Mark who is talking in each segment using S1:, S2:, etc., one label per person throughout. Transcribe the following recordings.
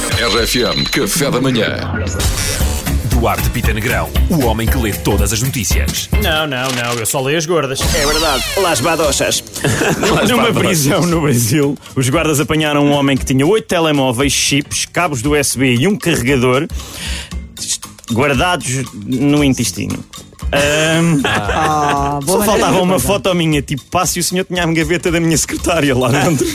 S1: RFM Café da Manhã.
S2: Duarte Pita Negrão, o homem que lê todas as notícias.
S3: Não, não, não, eu só leio as gordas.
S4: É verdade. Las Badochas.
S3: Numa prisão no Brasil, os guardas apanharam um homem que tinha oito telemóveis, chips, cabos do USB e um carregador guardados no intestino. Ahm,
S5: Ah,
S3: só
S5: boa maneira
S3: faltava
S5: de
S3: uma
S5: acordar.
S3: foto minha, tipo, passe e o senhor tinha a gaveta da minha secretária lá dentro.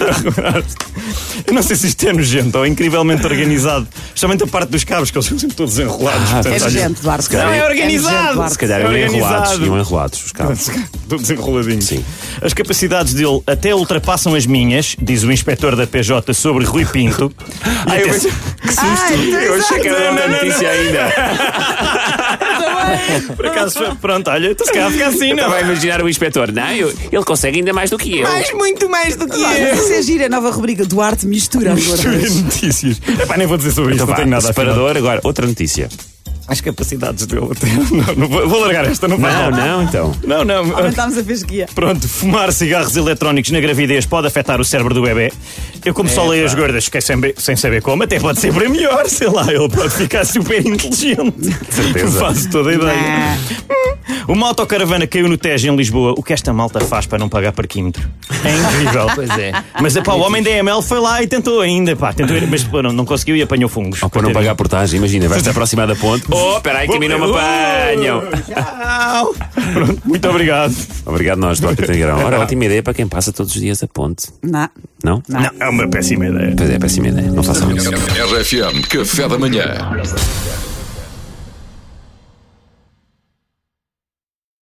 S3: Eu não sei se isto é nojento ou incrivelmente organizado, especialmente a parte dos cabos, que eles são sempre todos enrolados. portanto,
S5: É
S3: olha,
S5: nojento, Duarte.
S3: Não é
S5: É
S3: organizado!
S5: nojento, Duarte.
S6: Se calhar
S3: É
S6: iam enrolados,
S3: organizado.
S6: iam enrolados os carros.
S3: Todos enroladinhos. Sim. As capacidades dele até ultrapassam as minhas, diz o inspetor da PJ sobre Rui Pinto. E até-
S5: Ah,
S6: Eu achei que era
S3: Não,
S6: uma
S3: não, não,
S6: notícia ainda.
S3: Por acaso foi. Pronto, olha, então se calhar fica assim, não.
S6: Estava a imaginar o inspetor. Não, eu- ele consegue ainda mais do que eu.
S5: Mais, muito mais do que isso. Isso é giro, a nova rubrica Duarte mistura as
S3: Mistura
S5: gordas.
S3: notícias. Epá, nem vou dizer sobre isto,
S6: Então
S3: não
S6: vá,
S3: tenho nada a falar.
S6: separador, agora outra notícia.
S3: As capacidades dele. até- Não, não vou, vou largar esta, não faz
S6: Não,
S3: mal.
S6: não, então.
S3: Não, não.
S5: Aumentámos a pesquia.
S3: Pronto, fumar cigarros eletrónicos na gravidez pode afetar o cérebro do bebê. Eu, como só leio as gordas, fiquei sem, be- sem saber como, até pode ser para melhor, sei lá, ele pode ficar super inteligente.
S6: certeza.
S3: Faço toda a ideia. Hum. Uma autocaravana caiu no Tejo, em Lisboa. O que esta malta faz para não pagar parquímetro? É incrível. pois é. Mas pá, o homem da ML foi lá e tentou ainda, pá. Tentou ir, mas pô, não, não conseguiu e apanhou fungos.
S6: Ou para não pagar a portagem, imagina, vais-te aproximar da ponte. Oh, peraí, que a mim não me apanham.
S3: Tchau. Pronto, muito obrigado.
S6: Obrigado, nós, Duarte Tangarão. Ora, ótima ideia para quem passa todos os dias a ponte.
S5: Não.
S6: Não?
S3: Não, é uma péssima ideia.
S6: Pois é, péssima ideia. Não façam isso.
S1: RFM Café da Manhã.